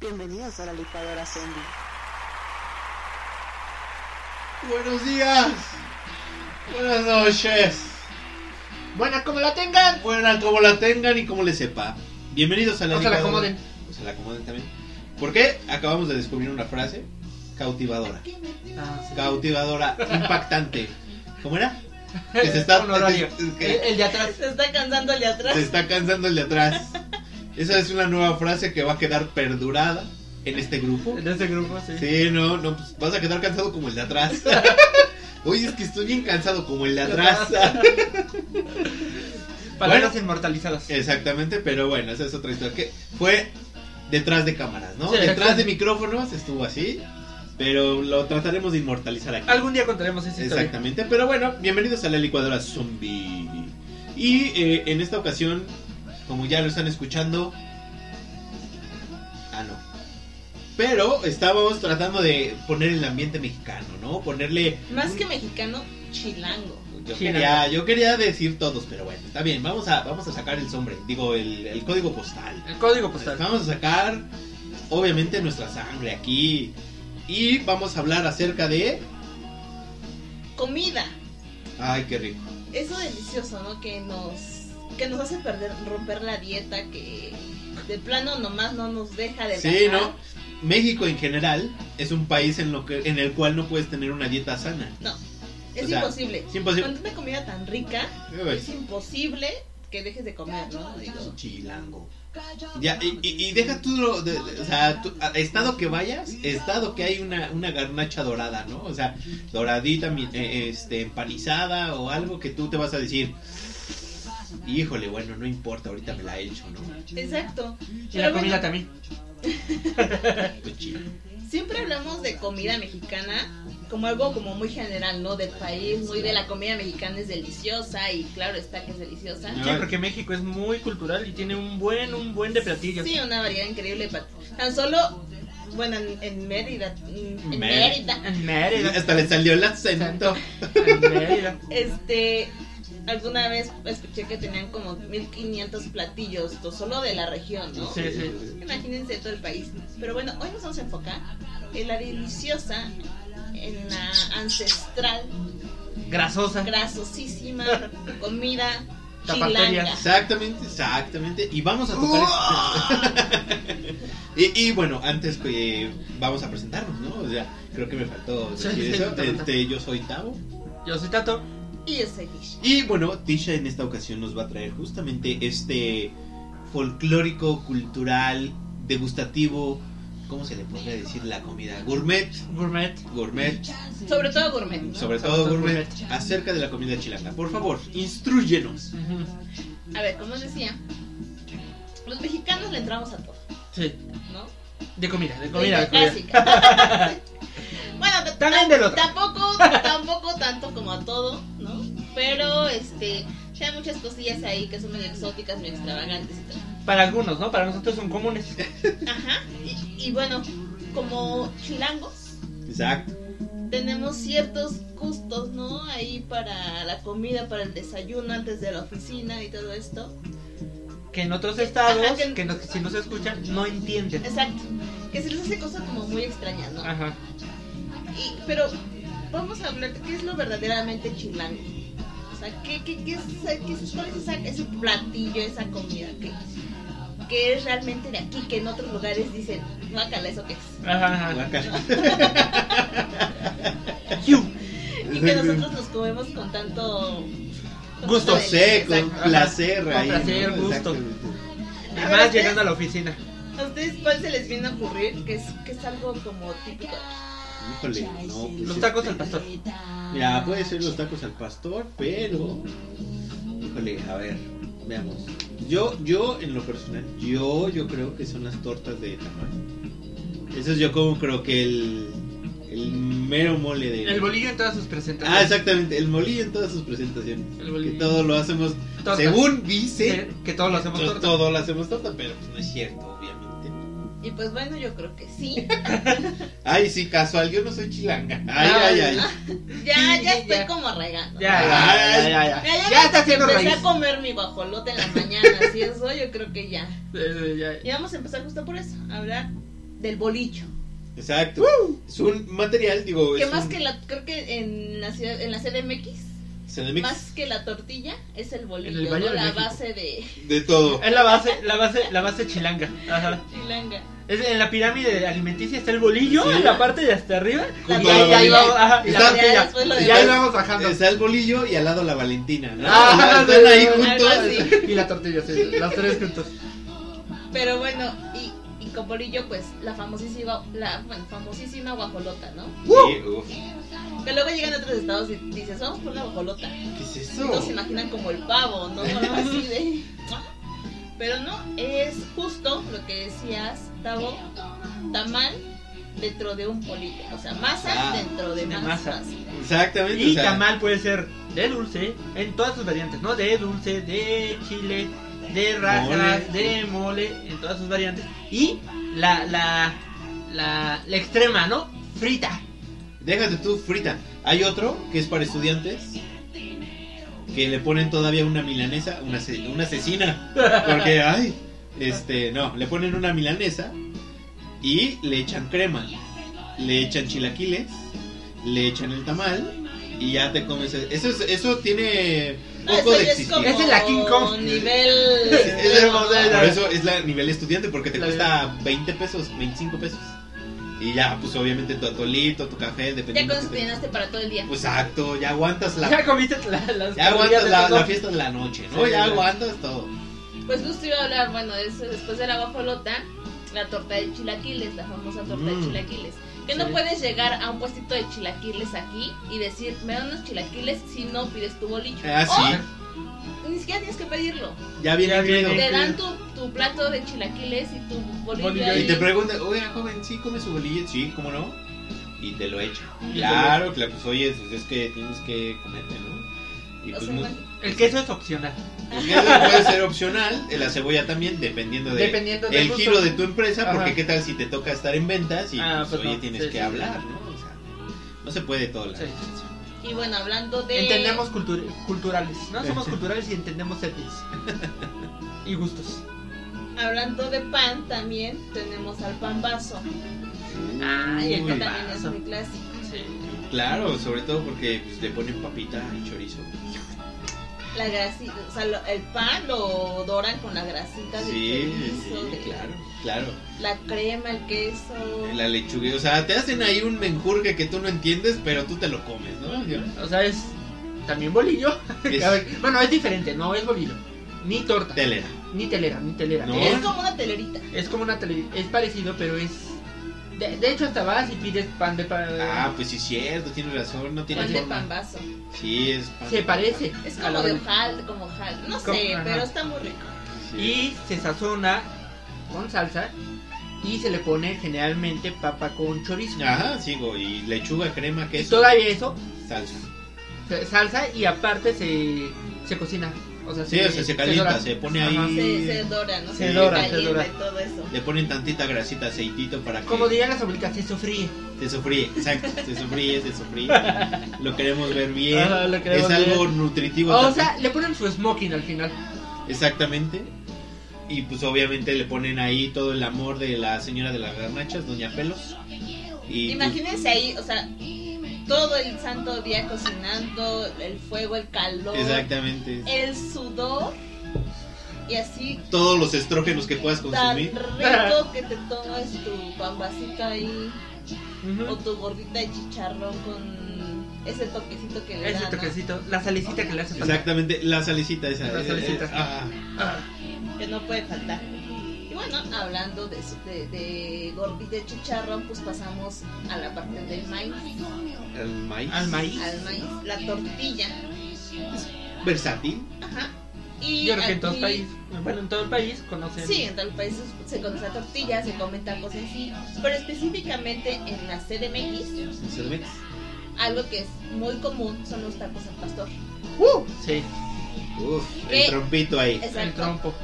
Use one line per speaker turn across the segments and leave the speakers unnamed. Bienvenidos a la licuadora Sandy.
Buenos días. Buenas noches. Buena como la tengan. Buena como la tengan y como les sepa. Bienvenidos a la
No se la
licuadora.
acomoden.
No se la acomoden también. Porque acabamos de descubrir una frase cautivadora.
Ah,
Cautivadora, impactante. ¿Cómo era? Que se está,
Honorario.
que-
El, el de atrás.
Se está cansando el de atrás.
se está cansando el de atrás. Esa es una nueva frase que va a quedar perdurada en este grupo.
En ese grupo, sí.
Sí, no, no, pues vas a quedar cansado como el de atrás. Oye, es que estoy bien cansado como el de atrás. Bueno.
Palabras
Eh,
inmortalizadas.
Exactamente, pero bueno, esa es otra historia. Que fue detrás de cámaras, ¿no?
Sí,
detrás
exacto.
de micrófonos estuvo así, pero lo trataremos de inmortalizar aquí.
Algún día contaremos esa historia.
Exactamente, pero bueno, bienvenidos a la licuadora zombie. Y eh, en esta ocasión, como ya lo están escuchando... Ah, no. Pero estábamos tratando de poner el ambiente mexicano, ¿no? Ponerle...
Más
un-
que mexicano, chilango.
Yo
Sí,
quería, yo quería decir todos, pero bueno, está bien, vamos a, vamos a sacar el sombre, digo, el, el código postal.
El código postal.
Vamos a sacar, obviamente, nuestra sangre aquí. Y vamos a hablar acerca de...
Comida.
Ay, qué rico.
Eso delicioso, ¿no? Que nos, que nos hace perder, romper la dieta, que de plano nomás no nos deja de
Sí, ¿no? México en general es un país en, lo que, en el cual no puedes tener una dieta sana.
No, es
O sea,
imposible.
es imposible. Pues.
Con una comida tan rica,
Uy,
es imposible que dejes de comer, ¿no? Digo,
Chilango. Ya, y, y- y deja tú, lo de- de- o sea, tú- a- estado que vayas, estado que hay una, una garnacha dorada, ¿no? O sea, doradita, mi- eh, este, empanizada o algo que tú te vas a decir, híjole, bueno, no importa, ahorita me la he hecho, ¿no?
exacto.
Y
Pero
la
bueno,
comida también.
Qué Pues chido.
Siempre hablamos de comida mexicana como algo como muy general, ¿no? Del país, muy de la comida mexicana es deliciosa y claro está que es deliciosa.
No.
Sí, porque México es muy cultural y tiene un buen, un buen de platillos.
Sí, una variedad increíble. pa- Tan solo, bueno, en, en Mérida, mm,
Mérida.
en Mérida,
En Mérida.
Hasta le salió el acento.
En Mérida.
este, alguna vez escuché que tenían como 1500 platillos, to- solo de la región, ¿no?
Sí, sí.
Imagínense todo el país. Pero bueno, hoy nos vamos a enfocar en la deliciosa, en la ancestral,
Grasosa.
grasosísima comida
Tapatería.
chilanga.
Exactamente, exactamente. Y vamos a tocar
¡Oh!
este- y, y bueno, antes que vamos a presentarnos, ¿no? O sea, creo que me faltó
Sí,
decir
sí,
eso.
te faltó.
Este, yo soy Tavo.
Yo soy Tato.
Y yo soy Dish.
Y bueno, Tisha en esta ocasión nos va a traer justamente este folclórico, cultural, degustativo, ¿cómo se le podría decir la comida? Gourmet,
Gourmet.
gourmet,
Sobre todo gourmet. ¿no?
sobre
Sobre
todo
todo
gourmet,
gourmet.
acerca de la comida chilanga. Por favor, instruyenos.
Ujú.
A ver, como os decía, los mexicanos le entramos a todo,
Sí.
¿no?
De comida, de comida,
ah,
de comida.
clásica. bueno, t-
También del otro.
Tampoco, tampoco tanto como a todo, ¿no? Pero, este, ya hay muchas cosillas ahí que son medio exóticas, medio extravagantes y todo.
Para algunos, ¿no? Para nosotros son comunes.
Eh.
Ajá. Y, y bueno, como chilangos,
Exacto.
tenemos ciertos gustos, ¿no? Ahí para la comida, para el desayuno antes de la oficina y todo esto.
Que en otros estados,
Ajá, que-
que, nos- si nos escuchan, no entienden.
Exacto. Que se les hace cosas como muy extrañas, ¿no?
Ajá.
Y- pero vamos a hablar de qué es lo verdaderamente chilango. O sea, ¿qué, qué, qué es, esa- qué es- cuál es esa- ese platillo, esa comida que, que es realmente de aquí, que en otros lugares dicen, guácala, ¿eso qué es?
Ajá, ajá.
Guácala.
Y que nosotros nos comemos con tanto... con
Gusto
tanta delicia,
seco,
exacto.
placer
Con
ahí.
placer, gusto.
Exactamente.
Además, llegando a la oficina.
¿A ustedes cuál se les viene a ocurrir? Que es, que es algo como típico.
Híjole, no. pues
Los
es
tacos
que-
al pastor.
Mira, puede ser los tacos al pastor, pero. Híjole, a ver, veamos. Yo, yo, en lo personal, yo, yo creo que son las tortas de tamal. Eso es yo como creo que el, el mero mole de...
El bolillo en todas sus presentaciones.
Ah, exactamente, el molillo en todas sus presentaciones.
El bolillo.
Que todo lo hacemos,
Torta.
según
Que,
dice,
que todos lo hacemos
to-
torta.
Pues todo lo hacemos torta, pero pues no es cierto, obviamente.
Y pues bueno, yo creo que sí.
Ay, sí, casual, yo no soy chilanga. Ay, ay, ay.
Ya,
Sí,
ya
ya,
estoy
ya.
como regando.
Ya, ya, ya, ya, ya.
Mira, ya
Ya
me-
está haciendo
Empecé
raíz.
a comer mi guajolote en la mañana, así eso, yo creo que ya.
Eh, ya.
Y vamos a empezar justo por eso, a hablar del bolicho.
Exacto. Es un material, digo,
Pues
Que
es
más
un-
que la, creo que en la ciudad, en la CDMX,
CDMX.
más que la tortilla, es el bolillo,
En el Valle
¿no?
de
la
México.
base de
De todo.
Es la base, la base, la base chilanga. Ajá.
chilanga.
Es en la pirámide alimenticia está el bolillo en la parte de hasta arriba.
Con
y
todo
ahí,
el
y ahí
bolillo.
vamos, ajá, y la
Está-
tortilla.
después lo
Y
demás.
ahí vamos bajando.
Está el bolillo y al lado la Valentina, ¿no?
Ah,
O sea,
sí,
están ahí
sí, sí.
juntos.
Algo así.
Y la tortilla, sí, las tres juntos.
Pero bueno, y, y con bolillo, pues la famosísima, la bueno, famosísima guajolota, ¿no?
Sí, uf.
Que luego llegan a otros estados y dices, vamos por la guajolota.
¿Qué es
Y todos se
eso?
imaginan como el pavo, ¿no? Algo así de. ¿ah? Pero no, es justo lo que decías, Tavo, tamal dentro de un bolillo. O sea, masa
Ah,
dentro de
de
más
masa.
masa. Ah,
Exactamente.
Y
o sea,
tamal puede ser de dulce, en todas sus variantes, ¿no? De dulce, de chile, de rajas,
Mole.
de mole, en todas sus variantes. Y la, la, la, la extrema, ¿no? Frita.
Déjate tú frita. Hay otro que es para estudiantes. Que le ponen todavía una milanesa, una, ases- una asesina. Porque, ay, este, no, le ponen una milanesa y le echan crema. Le echan chilaquiles, le echan el tamal y ya te comes. el- Eso, es- eso tiene
No,
poco
Ah, eso
de
ya es como
existir.
Esa es la King Kong.
nivel.
Sí, es hermosa,
la-
Por eso es la nivel estudiante, porque te
La-
cuesta 20 pesos, 25 pesos. Y ya, pues obviamente tu atolito, tu café,
Ya
dependiendo.
con eso
que
te
te-
llenaste para todo el día.
Pues exacto, ya aguantas la,
Ya comiste la,
ya
las calorías
aguantas
de
la,
todo.
la fiesta de la noche, ¿no?
Sí,
ya
sí.
aguantas todo.
Pues justo iba a hablar, bueno, de eso después de la guajolota, la torta de chilaquiles, la famosa torta
Mm.
de chilaquiles. Que no
Sí.
puedes llegar a un puestito de chilaquiles aquí y decir, me dan unos chilaquiles si no pides tu bolillo.
Ah, sí,
O ni siquiera tienes que pedirlo.
ya viene
Ya
incluido.
viene.
Te dan tu, tu plato de chilaquiles y tu bolillo.
Bolillo.
ahí.
Y te preguntan, oiga, joven, ¿sí come su bolillo? Sí, ¿cómo no? Y te lo echan.
Y te
Claro, claro, pues oye, pues, es que tienes que comerte, ¿no? Y
O
pues,
sea,
mu-
bueno,
El queso es opcional.
pues, eso puede ser opcional, eh, la cebolla también, dependiendo de...
Dependiendo del
el
gusto.
giro de tu empresa,
Ajá.
porque qué tal si te toca estar en ventas y
Ah,
pues,
pues,
oye,
no.
tienes
Sí,
que
sí, sí.
hablar, ¿no? O sea, no se puede todo. la
Sí.
vida.
Y bueno, hablando de.
Entendemos cultur- culturales. No somos culturales y entendemos etnias. y gustos.
Hablando de pan, también tenemos al pan vaso.
Ay, el
Uy,
que
pan
también es
vaso.
muy clásico.
Claro, sobre todo porque pues, le ponen papita y chorizo.
La grasita, o sea, lo- el pan lo doran con la grasita de
Sí, sí,
chorizo, de-
claro, claro.
la crema, el queso.
La lechuga, o sea, te hacen ahí un menjurgue que tú no entiendes, pero tú te lo comes, ¿no? Yo-
O sea, es también bolillo.
Es-
A ver, bueno, es diferente, no es bolillo. Ni torta.
Telera.
Ni telera, ni telera.
No.
Es,
Es como una telerita.
es como una tele, es parecido, pero es. De, de hecho, hasta vas y pides pan de pan.
Ah, pues sí, es cierto, tienes razón, no tiene
Pan de
forma.
pan vaso.
Sí, es pan
se
de
parece.
Es
a la
como de
bolillo.
hojal, como hojal. No
Como-
sé,
ajá.
pero está muy rico.
Sí.
Y se sazona con salsa y se le pone generalmente papa con chorizo.
Ajá, sigo, y lechuga, crema,
Y
queso,
todavía eso,
salsa.
se- salsa y aparte se, se cocina. O sea,
Sí, o sea, se calienta,
dora.
se pone
Ajá.
ahí.
Se, se dora, ¿no?
Se
Se,
dora, se
calienta
dora.
y todo eso.
Le ponen tantita grasita, aceitito para que
Como dirían las abuelitas, se sofríe.
se sofríe, exacto, se sofríe, se sofríe. Lo queremos ver bien.
Ajá, lo queremos
es algo
ver.
nutritivo.
O
también.
sea, le ponen su smoking al final.
Exactamente. Y pues obviamente le ponen ahí todo el amor de la señora de las garnachas, doña Pelos. Y pues,
Imagínense ahí, o sea, todo el santo día cocinando, el fuego, el calor,
exactamente.
el sudor y así
Todos los estrógenos que puedas
tan
consumir.
rico que te tomas tu pambacito ahí o tu gordita de chicharrón con ese toquecito que le
Ese
da,
toquecito, la salecita que le hace falta.
Exactamente, la salicita esa.
La
eh,
salicita.
eh, ah,
Ah,
¿no? que no puede faltar. Y bueno, bueno, hablando de, su- de, de gordi- de chicharrón, pues pasamos a la parte del maíz.
El maíz.
Al maíz.
Al maíz, la tortilla.
Versátil.
Ajá. Y
Yo creo que en todo el
aquí-
país, bueno, en todo el país conocen.
Sí, en todo el país se conoce la tortilla, se comen tacos en sí, pero específicamente en la CDMX,
Cerveza.
algo que es muy común son los tacos al pastor.
Uh.
Sí,
Uf,
¿Qué?
el trompito ahí.
el
Exacto.
trompo.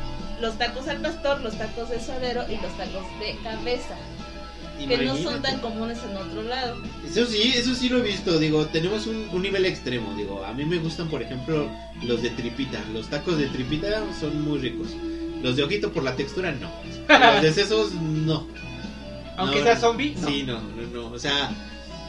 Los tacos al pastor, los tacos de suadero y los tacos de cabeza, que no son
Imagínate.
tan comunes en otro lado.
Eso sí, eso sí lo he visto, digo, tenemos un, un nivel extremo, digo, a mí me gustan por ejemplo los de tripita, los tacos de tripita son muy ricos, los de ojito por la textura no, los de sesos no.
Aunque
No,
sea zombie, no.
Sí, no, no, no, o sea,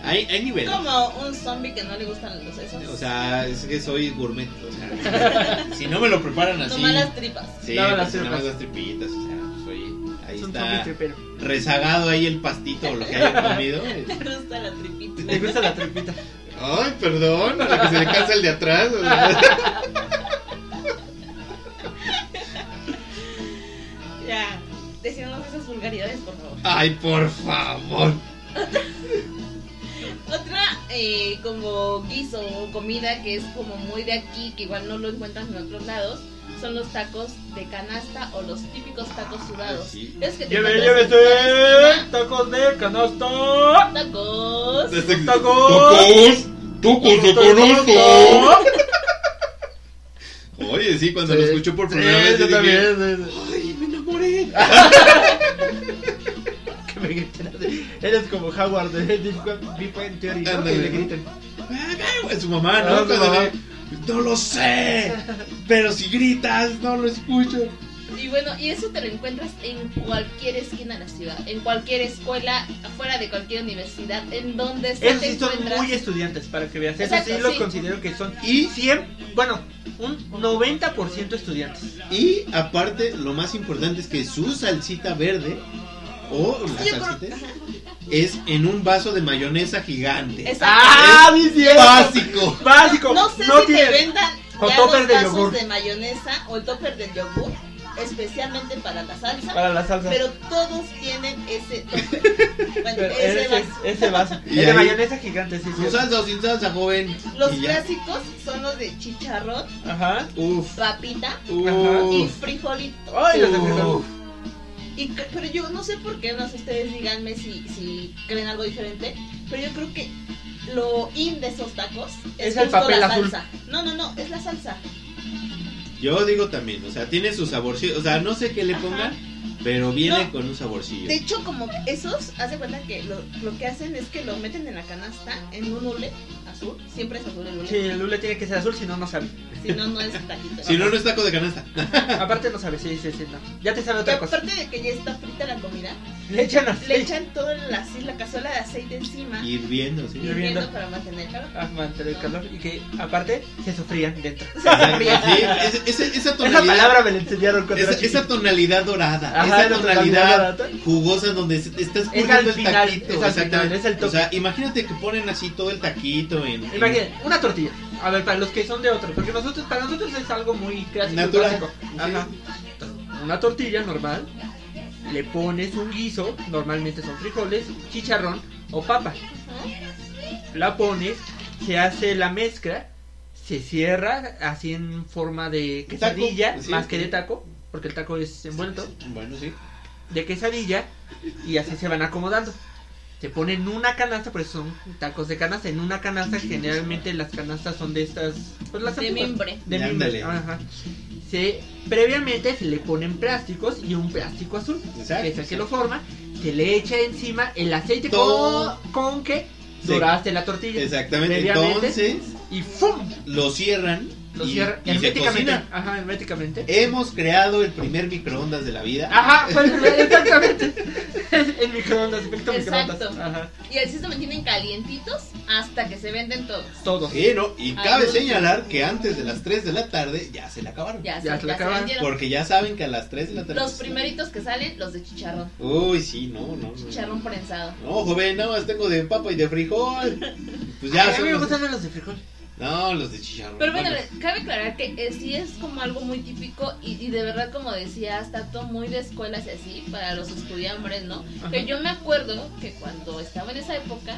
hay, hay niveles,
Como un zombie que no le gustan los sesos.
o sea, es que soy gourmet, o sea, si no me lo preparan
no
así,
malas tripas.
sí,
No,
no,
las
las
tripas.
tripitas, o sea, pues, oye, ahí
es un zombie
está
tripero.
rezagado ahí el pastito o lo que haya comido.
Me gusta la tripita.
Le gusta la tripita.
Ay, perdón, a la que se le cansa el de atrás. o sea.
Ya, decimos esas vulgaridades, por favor.
Ay, por favor.
Otra eh, como guiso o comida que es como muy de aquí, que igual no lo encuentran en otros lados, son los tacos de canasta o los típicos tacos sudados.
sí.
Es que te
Lleve,
encuentras en
llévese
cada
tacos de canasta.
esquina Tacos.
Tacos.
¡Tacos de canasta! Oye, sí, cuando lo escuché por primera
Sí,
vez,
yo
yo dije,
también, sí,
¡Ay, me enamoré! Ah,
sí. Que me griten. Eres como Howard de Big Bang Theory, ¿no? Que
Ándale.
le griten.
Su mamá,
Ah,
¿no?
su
Cuando
mamá.
le- No lo sé, pero si gritas, no lo escucho.
Y bueno, y eso te lo encuentras en cualquier esquina de la ciudad, en cualquier escuela, afuera de cualquier universidad, en donde sea
Esos
te
sí son
encuentras.
muy estudiantes, para que veas. Eso
Exacto,
sí los
sí.
considero que son. Y 100, bueno, un 90% estudiantes.
Y aparte, lo más importante es que su salsita verde o la
Yo creo-
salsita es en un vaso de mayonesa gigante.
Exacto.
¡Ah, bien cierto!
Básico.
Básico.
No sé si
tiene-
te vendan
O
ya
topper
los
de
vasos
yogur.
de mayonesa o el topper del yogur, especialmente para la salsa,
Para la salsa.
pero todos tienen ese topper. bueno,
Pero
ese
ese,
vaso.
ese vaso.
Y
El de
ahí-
mayonesa gigante, sí,
¿Con
sí.
salsa o sin salsa, joven?
Los
Y ya.
clásicos son los de chicharrón,
Ajá.
Uf.
papita y
Uf.
frijolito.
Ay, los
Uf.
accesos.
Y, c- pero yo no sé por qué, no sé ustedes díganme si, si creen algo diferente, pero yo creo que lo in de esos tacos es,
Es el
justo
papel
la
azul.
salsa. No, no, no, es la salsa.
Yo digo también, o sea, tiene su saborcillo. O sea, no sé qué le
Ajá.
pongan, pero viene
No.
con un saborcillo.
De hecho, como que esos, haz de cuenta que lo, lo que hacen es que lo meten en la canasta, en un hule azul, siempre es azul el hule,
Sí, el lule tiene que ser azul, si no, no sabe.
si no, no es taquito.
Si no, no es taco de canasta.
Aparte, no sabe, sí, sí, sí. No. Ya te sabe
Y
otra cosa.
aparte de que ya está frita la comida,
Le echan aceite.
le echan todo el- así la cazuela de aceite encima, y
Hirviendo, sí.
Hirviendo.
para mantener el calor.
Ah, mantener el calor. Y que, aparte, se sofrían dentro.
Exacto, sí. Es- esa- esa
Esa
tonalidad.
palabra me la enseñaron cuando
Esa,
era chiquito.
esa tonalidad dorada,
Ajá,
esa
la tonalidad
tonalidad
dorada.
jugosa donde se- está
al
escurriendo el
final,
taquito.
es al
exactamente.
final, es el toque.
o sea, imagínate que ponen así todo el taquito en, en-
Imagínate, una tortilla. A ver, para los que son de otro, porque nosotros, para nosotros es algo muy clásico.
Natural.
clásico. Ajá. Una tortilla normal, le pones un guiso, normalmente son frijoles, chicharrón o papa. La pones, se hace la mezcla, se cierra así en forma de quesadilla,
sí.
más que de taco, porque el taco es envuelto,
Bueno, sí.
de quesadilla, y así se van acomodando. Se ponen una canasta, pues son tacos de canasta. En una canasta, generalmente las canastas son de estas. Pues las
De
antiguas.
mimbre.
De
Ya, ándale.
mimbre. Ajá. Se, previamente se le ponen plásticos y un plástico azul,
Exacto,
que es el que
exacto.
lo forma. Se le echa encima el aceite con,
Todo.
con que
Sí.
doraste la tortilla.
Exactamente.
Previamente,
Entonces,
Y ¡fum!
lo cierran
Lo
y,
cierra
y se
herméticamente.
cocina. Eh,
Ajá, herméticamente.
Hemos creado el primer microondas de la vida.
Ajá, fue el primer- exactamente. el microondas, efecto
Exacto.
microondas. Ajá.
Y así se mantienen calientitos hasta que se venden todos.
Todo.
Sí, ¿no? Y
Ah,
cabe
no.
señalar que antes de las 3 de la tarde ya se la acabaron.
Ya,
Ya
se,
se la
ya se
acaban.
vendieron.
Porque ya saben que a las 3 de la tarde.
Los primeritos que salen, los de chicharrón.
Uy, sí, no, no. No,
Chicharrón prensado.
No, joven, nada más tengo de papa y de frijol. Pues ya.
Ay, a mí
son
me
los-
gustan más los de frijol.
No, los de chicharrón.
Pero bueno,
Bueno,
cabe aclarar que eh, sí es como algo muy típico y, y de verdad, como decías, tanto muy de escuelas y así, para los estudiantes, ¿no?
Ajá.
Que yo me acuerdo que cuando estaba en esa época,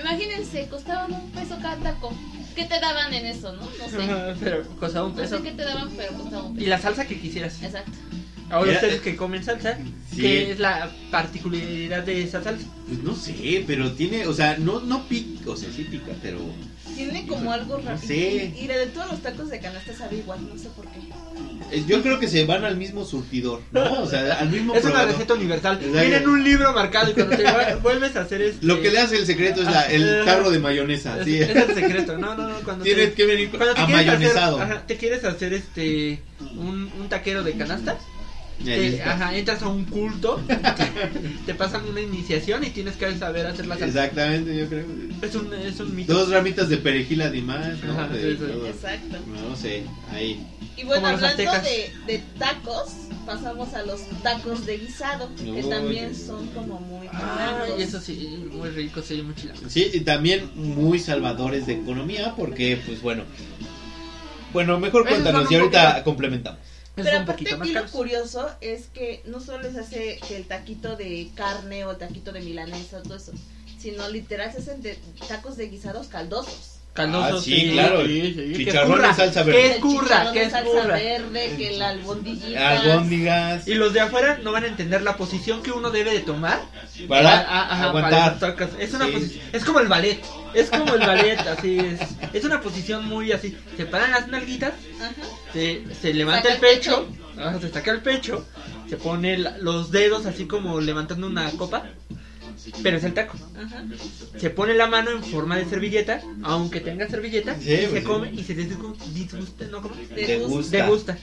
imagínense, costaban un peso cada taco. ¿Qué te daban en eso, no? No sé.
Pero costaba un
No sé
peso.
qué te daban, pero costaba un
Y
peso.
la salsa que quisieras.
Exacto.
Ahora
Mira,
ustedes
eh,
que comen salsa,
sí.
¿qué es la particularidad de esa salsa?
Pues no sé, pero tiene, o sea, no, no pica, o sea, sí pica, pero
Tiene como algo raro.
Sí.
Y la de todos los tacos de canasta sabe igual, no sé por qué.
eh, yo creo que se van al mismo surtidor, ¿no? O sea, al mismo
Es una
proveedor.
receta universal.
Exacto.
Tienen un libro marcado y cuando te vu- vuelves a hacer este...
Lo que le hace el secreto es la- el tarro de mayonesa,
es,
sí.
es el secreto. No, no, no. Cuando
Tienes
te,
que venir con-
cuando te quieres
amayonezado.
hacer, ajá, te quieres hacer este un, un taquero de canasta.
Y ahí
te-
está.
ajá, entras a un culto, te, te pasan una iniciación y tienes que saber hacer la salsa.
Exactamente, yo creo.
Es un, es un mito.
Dos ramitas de perejil además, ¿no?
Ajá,
De
sí, sí.
todo.
Exacto.
No sé, ahí.
Y bueno,
Como los
hablando
aztecas.
de, de tacos, pasamos a los tacos de guisado, que
Uy.
también son como muy
Ah,
raros.
y eso sí, muy rico, sí, muy chilaco.
Sí, y también muy salvadores de economía porque, pues bueno. Bueno, mejor
Esos son
cuéntanos
un
y ahorita
poquito-
complementamos.
Es
Pero
un
aparte
poquito más
aquí lo
caro.
curioso es que no solo les hace que el taquito de carne o taquito de milanesa o todo eso, sino literal se hacen de tacos de guisados caldosos.
Caldoso,
Ah, sí, claro, chicharrón
que escurra,
en salsa
Que
verde.
escurra,
Chicharrón
que
en salsa
escurra.
verde, que la albondillita.
Albóndigas.
Y los de afuera no van a entender la posición que uno debe de tomar
Para
a- a- ajá,
aguantar.
para las tacas. es una
Sí.
posi- es como el ballet, es como el ballet, así es. Es una posición muy así. Se paran las nalguitas,
Ajá.
se, se levanta el
Saca el pecho.
pecho, ajá, se saca el pecho, se pone la- los dedos así como levantando una copa, pero es el taco.
Ajá.
Se pone la mano en forma de servilleta, aunque tenga servilleta,
Sí,
y
pues
se
sí.
come y se disgu- disgusta, ¿no? ¿Cómo?
Te gusta.
Degusta.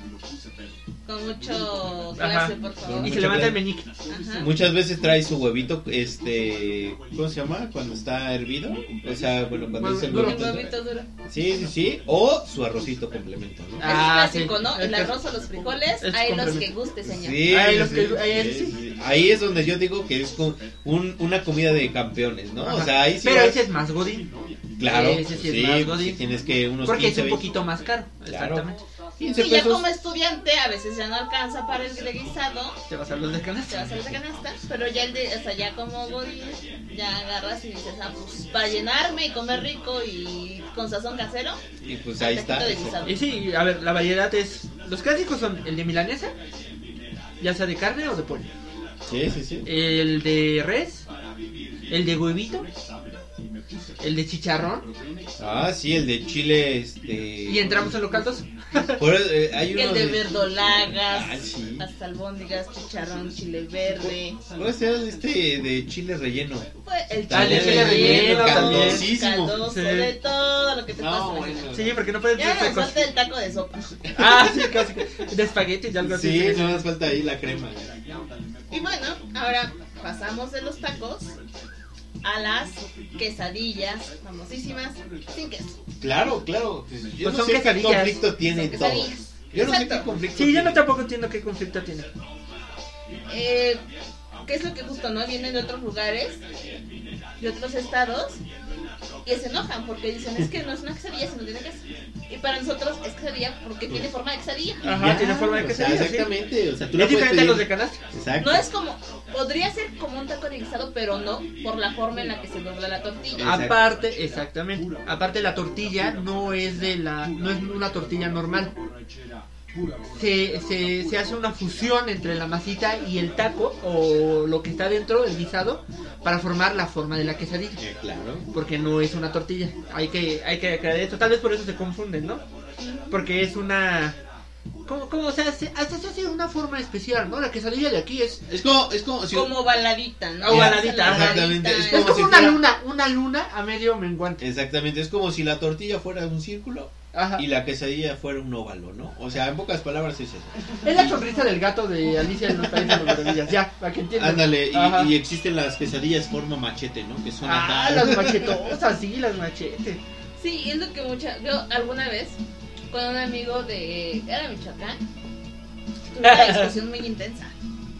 Con mucho
Ajá.
clase, por
Con
favor.
Y
mucho
se levanta el
plan.
meñique.
Ajá.
Muchas veces trae su huevito, este, ¿cómo se llama? Cuando está hervido. O sea, bueno, cuando
Huevo
es el
duro.
El
huevito.
huevito duro.
Sí, sí, sí. O su arrocito complemento, ¿no?
Ah,
es clásico,
sí.
¿no? El arroz o los frijoles,
Es
hay los que
complemento.
guste, señor.
Sí,
Ahí
sí,
los que-
sí,
ahí
sí,
Ah, es-
sí. Ahí es donde yo digo que es como un- una comida de campeones, ¿no? O
Ajá.
sea, ahí sí.
Pero
vas-
ese es más godín.
claro,
ese sí
pues
es
sí,
más
pues
godín.
sí tienes que unos
Porque es
15,
un
20.
poquito más caro.
Claro.
Exactamente.
15
Y ya
pesos.
como estudiante, a veces ya no alcanza para el de guisado,
Te vas a los de
te vas
canasta.
a la canasta, pero ya el de, o sea, ya como godín, ya agarras y dices, ah, pues, para llenarme y comer rico y con sazón casero,
Y pues ahí está.
taquito de guisado.
Y sí, a ver, la variedad es. Los clásicos son el de milanesa, ya sea de carne o de pollo.
Sí, sí, sí.
El de res, el de huevito, el de chicharrón.
Ah, sí, el de chile, este.
Y entramos en los caldos.
Por, eh, hay uno
que el de
de- Ah,
verdolagas,
sí.
las albóndigas, chicharrón, chile verde,
¿Cómo se llama este de chile relleno?
pues, el
Ah,
chile
el chile relleno, también.
Caldosísimo.
caldoso,
Sí.
de todo lo que te puedas imaginar.
bueno.
Sí, porque no puedes
Ya
hacer
nos
cosas.
falta el taco de sopa.
Ah, sí, casi. De espaguetis y algo así.
Sí, no más falta ahí la crema.
Y bueno, ahora pasamos de los tacos a las quesadillas famosísimas sin queso.
Claro, claro. Pues yo
Pues
no
son
sé qué
quesadillas.
conflicto tiene
Son
todo.
quesadillas.
Yo no sé qué
Exacto.
conflicto.
Sí, yo no
tiene.
tampoco entiendo qué conflicto tiene.
Eh, que es lo que justo no vienen de otros lugares, de otros estados, y se enojan porque dicen es que no es una quesadilla, sino tiene queso. Y para nosotros es quesadilla porque tiene forma de quesadilla.
Ajá,
Ya,
tiene forma de
o
que
sea, Exactamente. O sea, tú
Es
la puedes
diferente a los de
pedir-
canasta.
Exacto.
No es como, podría ser como un taco de guisado, pero no por la forma en la que se dobla la tortilla.
Exacto.
Aparte, exactamente. Aparte la tortilla no es de la no es una tortilla normal. Se, se, se hace una fusión entre la masita y el taco o lo que está dentro, el guisado, para formar la forma de la quesadilla.
Eh, claro.
Porque no es una tortilla. Hay que hay que aclarar esto. Tal vez por eso se confunden, ¿no? Porque es una como como o sea, se, hasta se hace una forma especial, ¿no? La quesadilla de aquí es
Es como, es como si
Como baladita, ¿no?
Ovaladita,
Ah, exactamente, es
es
Como
como
si
una
fuera-
luna, una luna a medio menguante.
Exactamente, es como si la tortilla fuera un círculo
Ajá.
y la quesadilla fuera un óvalo, ¿no? O sea, en pocas palabras es eso.
Es la sonrisa del gato de Alicia en los Países de las Maravillas. Ya, para que entiendan.
Ándale,
Ajá.
y, y existen las quesadillas forma machete, ¿no? Que son
Ah,
acá.
las machetosas, sí, las machetes.
Sí, es lo que mucha. Yo alguna vez con un amigo de. Era de Michoacán.
Tuve una discusión muy intensa.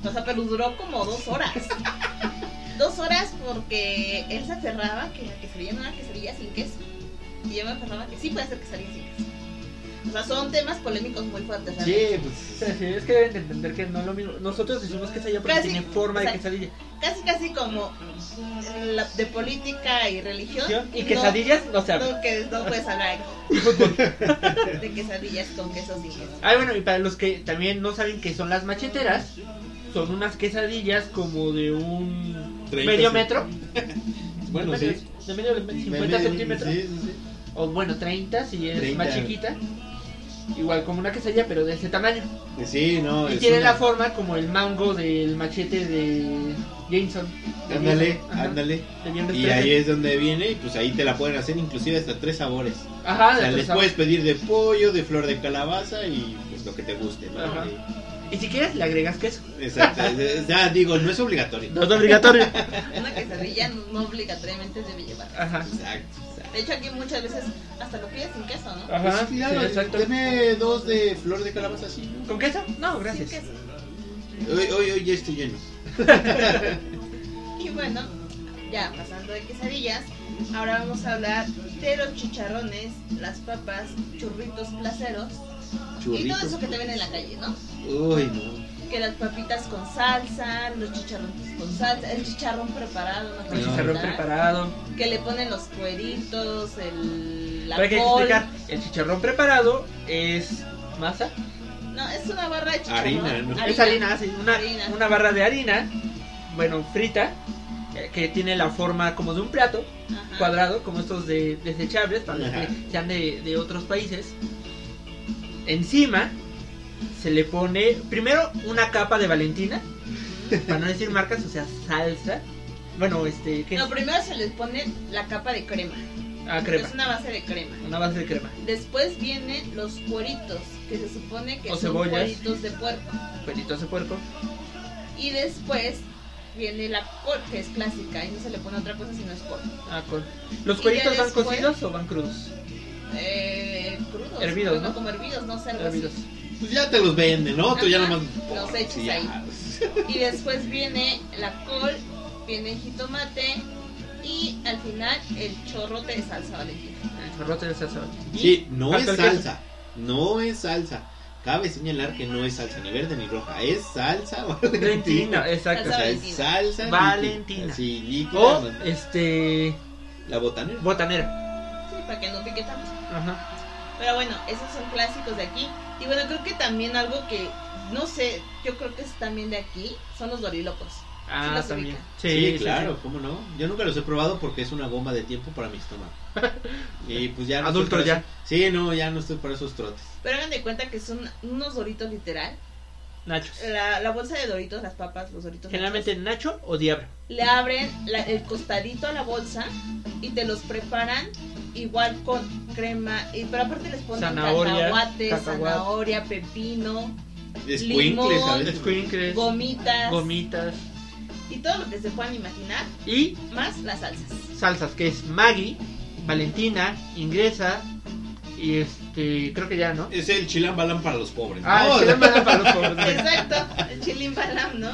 O sea, pero duró como dos horas. Dos horas porque él se aferraba que la quesadilla no era quesadilla sin queso. Y yo me aferraba que sí puede ser que salgan sin casa. O sea, son temas polémicos muy fuertes.
Sí,
realmente.
Sí,
pues.
sí, es que deben de entender que no es lo mismo. Nosotros decimos que es allá porque
Casi,
tiene forma de
o sea,
quesadilla.
Casi, casi como mm, la- de política y religión.
Y
no-
quesadillas no se habla.
No, que no puedes hablar aquí. de quesadillas con queso sin queso.
Ah, bueno, y para los que también no saben qué son las macheteras, son unas quesadillas como de un
30
medio
cent-
metro.
Bueno,
de medio,
sí.
de medio- de 50
Sí,
centímetros.
Sí, sí,
O bueno, 30 si es
30.
más chiquita. Igual como una quesadilla, pero de ese tamaño.
sí. Sí, no.
Y
es
tiene
una-
la forma como el mango del machete de Jameson. De
Ándale,
Jameson, ajá,
ándale.
de Viernes
Y
13.
ahí es donde viene, y pues ahí te la pueden hacer inclusive hasta tres sabores.
Ajá,
O sea,
Ah, de
les
otros
puedes pedir de pollo, de flor de calabaza y pues lo que te guste, ¿no?
Ajá. sabores. Y si quieres le agregas queso.
Exacto. O sea, digo, no es obligatorio.
No es obligatorio.
Una quesadilla no obligatoriamente debe llevar.
Ajá.
Exacto, exacto.
De hecho, aquí muchas veces hasta lo pides sin queso, ¿no?
Ajá.
Pues, sí, claro,
sí, exacto.
Deme dos de flor de calabaza, sí. ¿no?
¿Con queso? No, gracias.
Sin queso.
Hoy, hoy, hoy ya estoy lleno.
Y bueno, ya pasando de quesadillas, ahora vamos a hablar de los chicharrones, las papas, churritos placeros y todo eso
Churritos.
que te ven en la calle, ¿no?
Uy, no.
Que las papitas con salsa, los chicharrones con salsa, el chicharrón preparado, ¿no?
El
No.
chicharrón preparado.
Que le ponen los cueritos, el la
Pero hay que
col.
explicar, el chicharrón preparado es masa,
No, es una barra de chicharrón.
Harina, ¿no?
es harina, sí, una,
Harina.
una barra de harina, bueno, frita, eh, que tiene la forma como de un plato
Ajá.
cuadrado, como estos de desechables, para los
Ajá.
que sean de, de otros países. Encima se le pone primero una capa de Valentina, para no decir marcas, o sea, salsa. Bueno, este, ¿qué es?
No, primero se les pone la capa de crema.
Ah, crema,
Es una base de crema.
una base de crema.
Después vienen los cueritos, que se supone que
O
son
cebollas.
cueritos de puerco.
Pelitos de puerco.
Y después viene la col, que es clásica, y no se le pone otra cosa sino es col.
Ah, con... ¿Los
Y
cueritos
ya
van
después-
cocidos o van crudos?
Eh, crudos.
Hervidos,
bueno,
¿no?
Como hervidos, no sé, algo así.
Hervidos.
Pues ya te los venden, ¿no? Tú ya
Ajá,
nomás.
los echas
Sí, ya.
ahí. Y después viene la col, viene el jitomate y al final el chorrote de salsa valentina.
El chorrote de salsa.
Sí, no es
Hasta el queso.
salsa. No es salsa. Cabe señalar que no es salsa ni verde ni roja. Es salsa valentina.
Valentina, exacto.
O sea, es
Valentina.
salsa líquida.
Valentina.
Sí, líquida.
O
¿no?
este
La botanera.
botanera.
Sí, para que no pique tanto.
Ajá.
Pero bueno, esos son clásicos de aquí. Y bueno, creo que también algo que, no sé, yo creo que es también de aquí, son los dorilocos.
Ah,
los
también.
ubica.
Sí,
Sí,
sí,
claro,
sí.
¿cómo no? Yo nunca los he probado porque es una bomba de tiempo para mi estómago. Y pues ya no estoy
Adulto
para
ya.
eso- Sí, no, ya no estoy para esos trotes.
Pero hagan de cuenta que son unos doritos literal.
Nachos.
La, la bolsa de doritos, las papas, los doritos.
Eh, Generalmente nacho o diablo.
le abren la- el costadito a la bolsa y te los preparan igual con crema y pero aparte les ponen
Zanahoria,
cacahuate,
cacahuate.
zanahoria, pepino,
Escuincles,
Limón.
¿sabes?
Squinkles,
gomitas
gomitas
y todo lo que se puedan imaginar,
y
más las salsas.
salsas que es Maggi, Valentina, Ingresa y este creo que ya, ¿no?
Es el chilambalán para los pobres.
Ah,
¿no?
el chile manda para los pobres.
Exacto, el chilín balam, ¿no?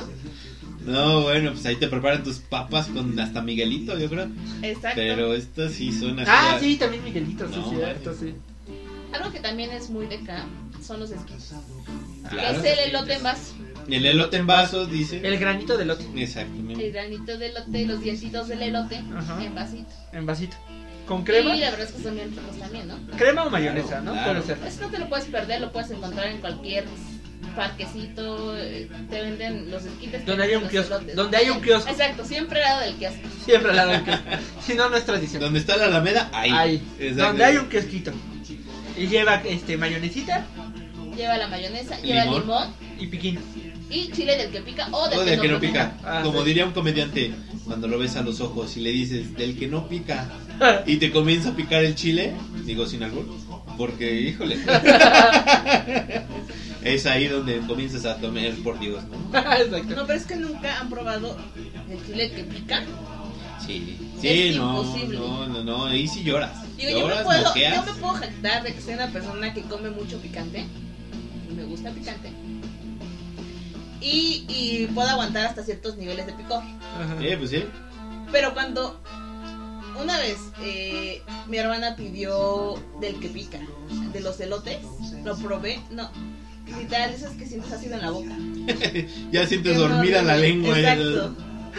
No, bueno, pues ahí te preparan tus papas con hasta Miguelito, yo creo.
Exacto.
Pero estas sí son así.
Ah,
a-
sí, también Miguelito, sí,
No,
sí, cierto,
mames.
sí.
Algo que también es muy de acá son los esquites.
Claro.
Que es el elote en vaso.
El elote en vasos, dice.
El granito de lote
El
Exactamente.
granito de elote, los dientitos del elote
Ajá.
en vasito.
en vasito. Con crema,
Y la verdad es que son bien ricos también, ¿no?
crema o mayonesa,
Claro,
¿no?
claro.
Puede ser.
Eso no te lo puedes perder, lo puedes encontrar en cualquier parquecito. eh, Te venden los esquites. te
Donde
venden
haya un
los
kiosco,
elotes.
donde haya un kiosco.
Exacto, siempre al lado del kiosco.
Siempre al lado del kiosco. Si no, no es tradición.
Donde está la Alameda, ahí.
Ahí,
Exactamente.
donde hay un kiosquito. Y lleva este mayonesita
Lleva la mayonesa, lleva
Limón.
limón
y piquín.
y chile del que pica o del
O del que no pica.
Ah,
Como
sí.
diría un comediante, cuando lo ves a los ojos y le dices, del que no pica, y te comienza a picar el chile, digo sin algún, porque híjole. es ahí donde comienzas a tomar por Dios, ¿no?
Exacto.
No, pero es que nunca han probado el chile que pica.
Sí, sí,
Es
no,
imposible.
no, no, no, ahí sí lloras.
Digo, yo
lloras,
me, puedo, yo
moqueas.
me puedo jactar de que soy una persona que come mucho picante. Me gusta picante. Y, y puedo aguantar hasta ciertos niveles de picor.
Ajá.
Eh, pues sí.
Pero cuando una vez eh, mi hermana pidió del que pica, de los elotes. Lo probé, no. Literal, eso es que sientes ácido en la boca.
ya sientes dormida la lengua. ya-
Exacto.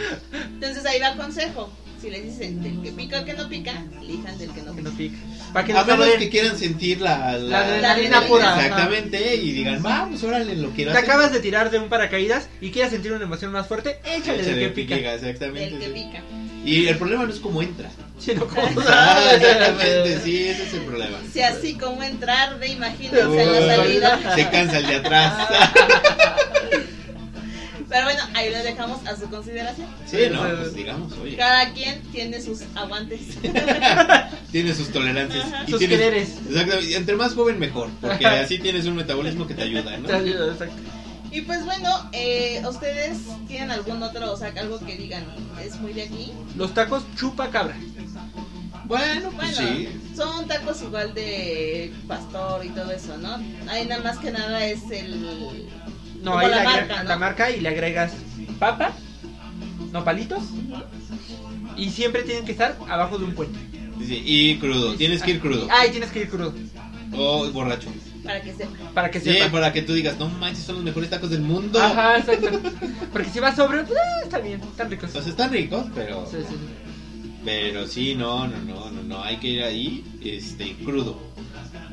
Entonces ahí va consejo. Si le dicen del que pica o que no pica, elijan del que no
Que
pica.
no pica. Para que
A
no
menos
se
que quieran sentir la,
La adrenalina
pura,
ajá.
Exactamente, y digan, vamos, órale, lo quiero
Te acabas de tirar de un paracaídas y quieres sentir una emoción más fuerte, échale,
Échale
de que
el que
pica.
llega, exactamente.
Del que
sí.
pica.
Y el problema no es cómo entra.
Sino como
Ah,
sabes.
exactamente, sí, ese es el problema.
Si así como entrar, de imagínense en la salida. Ah,
Se cansa el de atrás.
Pero bueno, ahí lo dejamos a su consideración.
Sí, no, pues digamos, oye.
Cada quien tiene sus aguantes.
Tiene sus tolerancias. Y
Sus
tienes-
quereres.
Exactamente. y Entre más joven, mejor. Porque así tienes un metabolismo que te ayuda, ¿no?
Te ayuda, exacto.
y pues bueno, eh, ¿ustedes tienen algún otro, o sea, algo que digan? Es muy de aquí.
Los tacos chupa cabra.
Bueno, pues
Bueno,
sí.
son tacos igual de pastor y todo eso, ¿no? Ahí nada más que nada es el...
No,
Como
ahí
la
la,
marca,
marca,
¿no?
la marca y le agregas papa, nopalitos. Y siempre tienen que estar abajo de un puente.
Sí, Y crudo, tienes que ir crudo.
Ah.
Ay, tienes que ir crudo.
O borracho.
para que sepa.
Para que
Sí,
sepa.
para que tú digas, no manches, son los mejores tacos del mundo.
Ajá, exacto. Porque si vas sobre, pues, ah, está bien, están ricos.
O sea, están ricos, pero.
Sí, sí, sí.
Pero sí, no, no, no, no, no. Hay que ir ahí, este, crudo.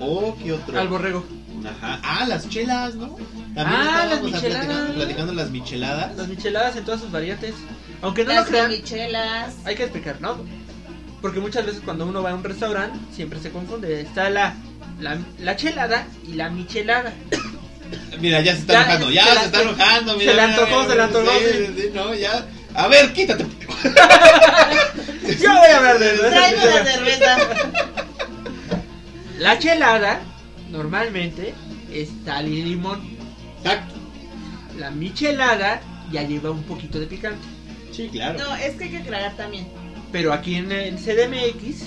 O qué otro.
Al borrego.
Ajá. Ah, las chelas, ¿no? También
Ah, las
estábamos platicando,
micheladas.
platicando las micheladas.
Las micheladas en todas sus variantes. Aunque no lo
Las
crean,
michelas.
hay que explicar, ¿no? Porque muchas veces cuando uno va a un restaurante, siempre se confunde. Está la, la, la chelada y la michelada.
Mira, ya se está
Ya,
enojando, ya
se
se,
la-
está enojando.
se
Mira,
le
mira,
antojó,
mira,
se le antojó,
sí, sí, no, ya. A ver, quítate.
Yo voy a hablar de eso.
Tráeme la cerveza.
La chelada normalmente está el limón.
Exacto.
La michelada ya lleva un poquito de picante.
Sí, claro.
No, es que hay que aclarar también.
Pero aquí en el CDMX,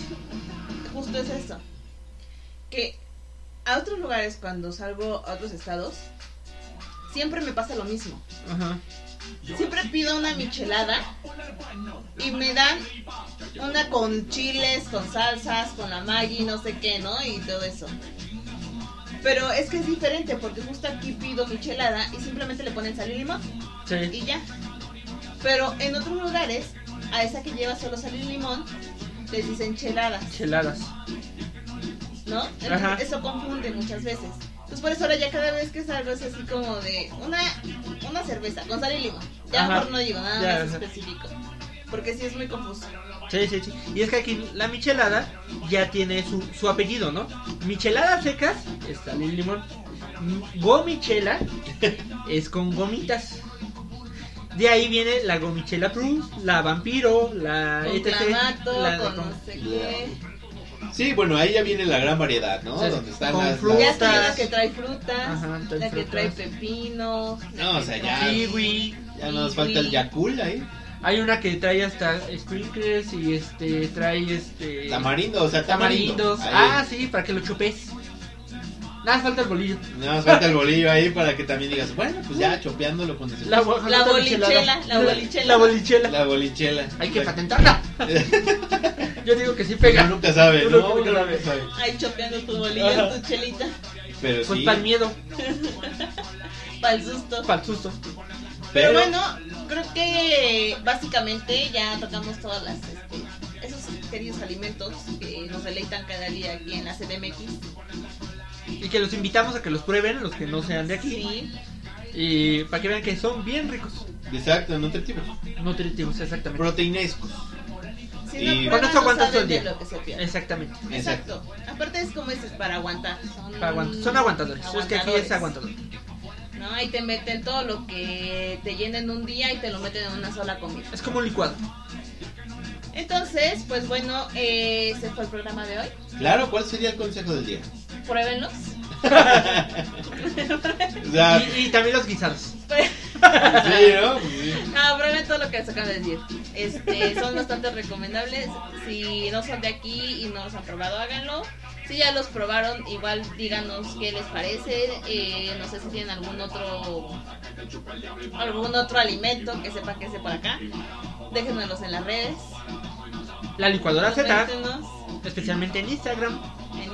Justo es eso. Que a otros lugares, cuando salgo a otros estados, siempre me pasa lo mismo.
ajá,
Siempre pido una michelada y me dan una con chiles, con salsas, con la Maggi, no sé qué, ¿no? Y todo eso. Pero es que es diferente porque justo aquí pido michelada y simplemente le ponen sal y limón
sí.
y ya. Pero en otros lugares, a esa que lleva solo sal y limón, les dicen cheladas,
Cheladas.
¿no? Entonces,
Ajá.
Eso confunde muchas veces. Entonces por eso ahora ya cada vez que salgo es así como de una, una cerveza con sal y limón. Ya
Ajá.
mejor no digo nada
Ya,
más
ajá.
específico. Porque sí es muy confuso.
Sí, sí, sí. Y es que aquí la michelada ya tiene su, su apellido, ¿no? Micheladas secas está el limón. M- Gomichela es con gomitas. De ahí viene la gomichela plus, la vampiro, la
Con
etc,
clamato,
la de
con
con-
no sé qué.
Sí, bueno, ahí ya viene la gran variedad, ¿no?
O sea,
Donde están
con
las.
frutas.
Ya
las-
está la que trae frutas,
Ajá, trae
la que
frutas.
trae pepino. la
No, o
que
sea, ya-
trae-
kiwi.
Ya nos falta el Yakul ahí.
Hay una que trae hasta sprinkles y este trae este
Tamarindo, o sea, tamarindo.
tamarindos.
Ahí.
Ah, sí, para que lo chupes. Nada, falta el bolillo.
Nada más falta el bolillo ahí para que también digas, bueno, pues ya chopeándolo con el-
La, guajolota
La bolichela,
michelada.
la bolichela.
La bolichela.
la bolichela.
Hay que patentarla. Yo digo que sí pega.
Uno nunca sabe,
Uno
¿no? Uno
nunca
nunca
sabe.
sabe.
Ay, chopeando tu bolillo, tu chelita,
Pero
Pues
sí.
para el miedo,
para el susto.
para el susto.
Pero bueno, creo que básicamente ya tocamos todas las este, esos queridos alimentos que nos deleitan cada día aquí en la CDMX.
Y que los invitamos a que los prueben, los que no sean de aquí.
Sí,
Y para que vean que son bien ricos.
Exacto, nutritivos.
Nutritivos, exactamente.
Proteinescos.
si
Y-
no
Con
prueban,
esto
no
aguantas
saben
todo el
de
día.
lo que se pierde.
Exactamente.
Exacto. Aparte es como dices, para aguantar. Son,
Para aguant- son aguantadores. Es que aquí es aguantador.
¿no? Ahí te meten todo lo que te llenen un día y te lo meten en una sola comida.
Es como un licuado.
Entonces, pues bueno, eh, ese fue el programa de hoy.
Claro, ¿cuál sería el consejo del día?
Pruébenlos.
O sea,
Y, y también los guisados.
sí, ¿no? Pues sí.
No, prueben todo lo que les acabo de decir. Este, son bastante recomendables. Si no son de aquí y no los han probado, háganlo. Si ya los probaron, igual díganos qué les parece. Eh, no sé si tienen algún otro algún otro alimento que sepa que es de por acá. Déjenoslos en las redes.
La licuadora Z,
Coméntenos
especialmente en Instagram.
en